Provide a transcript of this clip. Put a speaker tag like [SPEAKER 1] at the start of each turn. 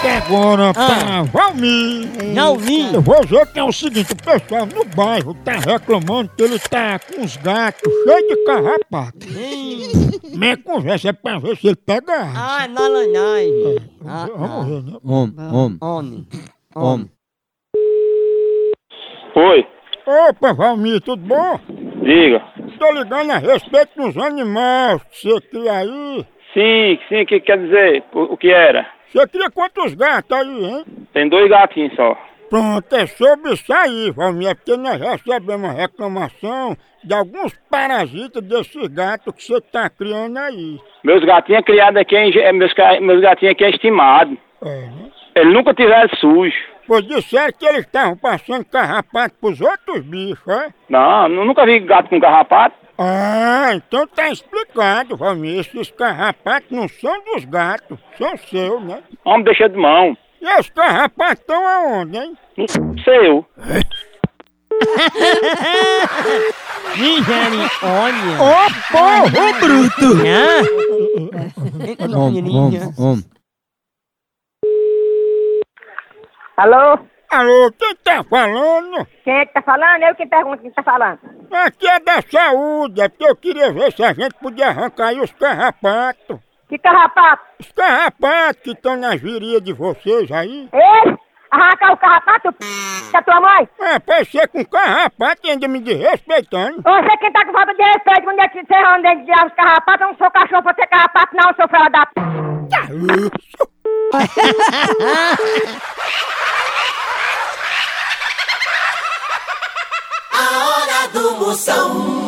[SPEAKER 1] Ah.
[SPEAKER 2] pegona pra Valmir.
[SPEAKER 1] Nalvin.
[SPEAKER 2] Eu vou dizer que é o seguinte, o pessoal no bairro tá reclamando que ele tá com os gatos cheios de carrapato.
[SPEAKER 1] Hum.
[SPEAKER 2] Minha conversa é pra ver se ele pega.
[SPEAKER 1] Ai, nalanai. Ah,
[SPEAKER 2] Vamos ver, né?
[SPEAKER 3] Homem, homem,
[SPEAKER 1] Homem.
[SPEAKER 3] homem.
[SPEAKER 4] Oi,
[SPEAKER 2] né? Opa, Valmir, tudo bom?
[SPEAKER 4] diga.
[SPEAKER 2] Tô ligando a respeito dos animais que você cria aí.
[SPEAKER 4] Sim, sim, o que quer dizer? O, o que era?
[SPEAKER 2] Você cria quantos gatos aí, hein?
[SPEAKER 4] Tem dois gatinhos só.
[SPEAKER 2] Pronto, é sobre isso aí, Valmir, é porque nós recebemos uma reclamação de alguns parasitas desses gatos que você tá criando aí.
[SPEAKER 4] Meus gatinhos criados aqui, é, em- é, meus, ca- meus gatinhos aqui é estimado.
[SPEAKER 2] É, né?
[SPEAKER 4] Eles nunca tiveram sujo.
[SPEAKER 2] Pois disseram que eles estavam passando carrapato pros outros bichos, é?
[SPEAKER 4] Não, nu- nunca vi gato com carrapato.
[SPEAKER 2] Ah, então tá explicado, Valmir. Esses carrapatos não são dos gatos, são seus, né?
[SPEAKER 4] Homem deixa de mão.
[SPEAKER 2] E os carrapatos estão aonde, hein?
[SPEAKER 4] Não s- sei eu.
[SPEAKER 1] Nigéria, olha.
[SPEAKER 2] Ô, porra, bruto!
[SPEAKER 1] Ah.
[SPEAKER 3] Homem, homem, homem.
[SPEAKER 5] Alô?
[SPEAKER 2] Alô, quem tá falando?
[SPEAKER 5] Quem é que tá falando? Eu que pergunto quem tá falando.
[SPEAKER 2] Aqui é da saúde, é porque eu queria ver se a gente podia arrancar aí os carrapatos.
[SPEAKER 5] Que carrapato?
[SPEAKER 2] Os carrapatos que estão nas virias de vocês aí.
[SPEAKER 5] Ei! Arrancar o carrapato p... da tua mãe?
[SPEAKER 2] Ah, pode ser com carrapato e ainda me desrespeitando.
[SPEAKER 5] Você quem tá com falta de respeito, onde é que você anda de diabo, os carrapatos? Eu não sou cachorro, você é carrapato não, seu filho da p...
[SPEAKER 6] A hora do Moção.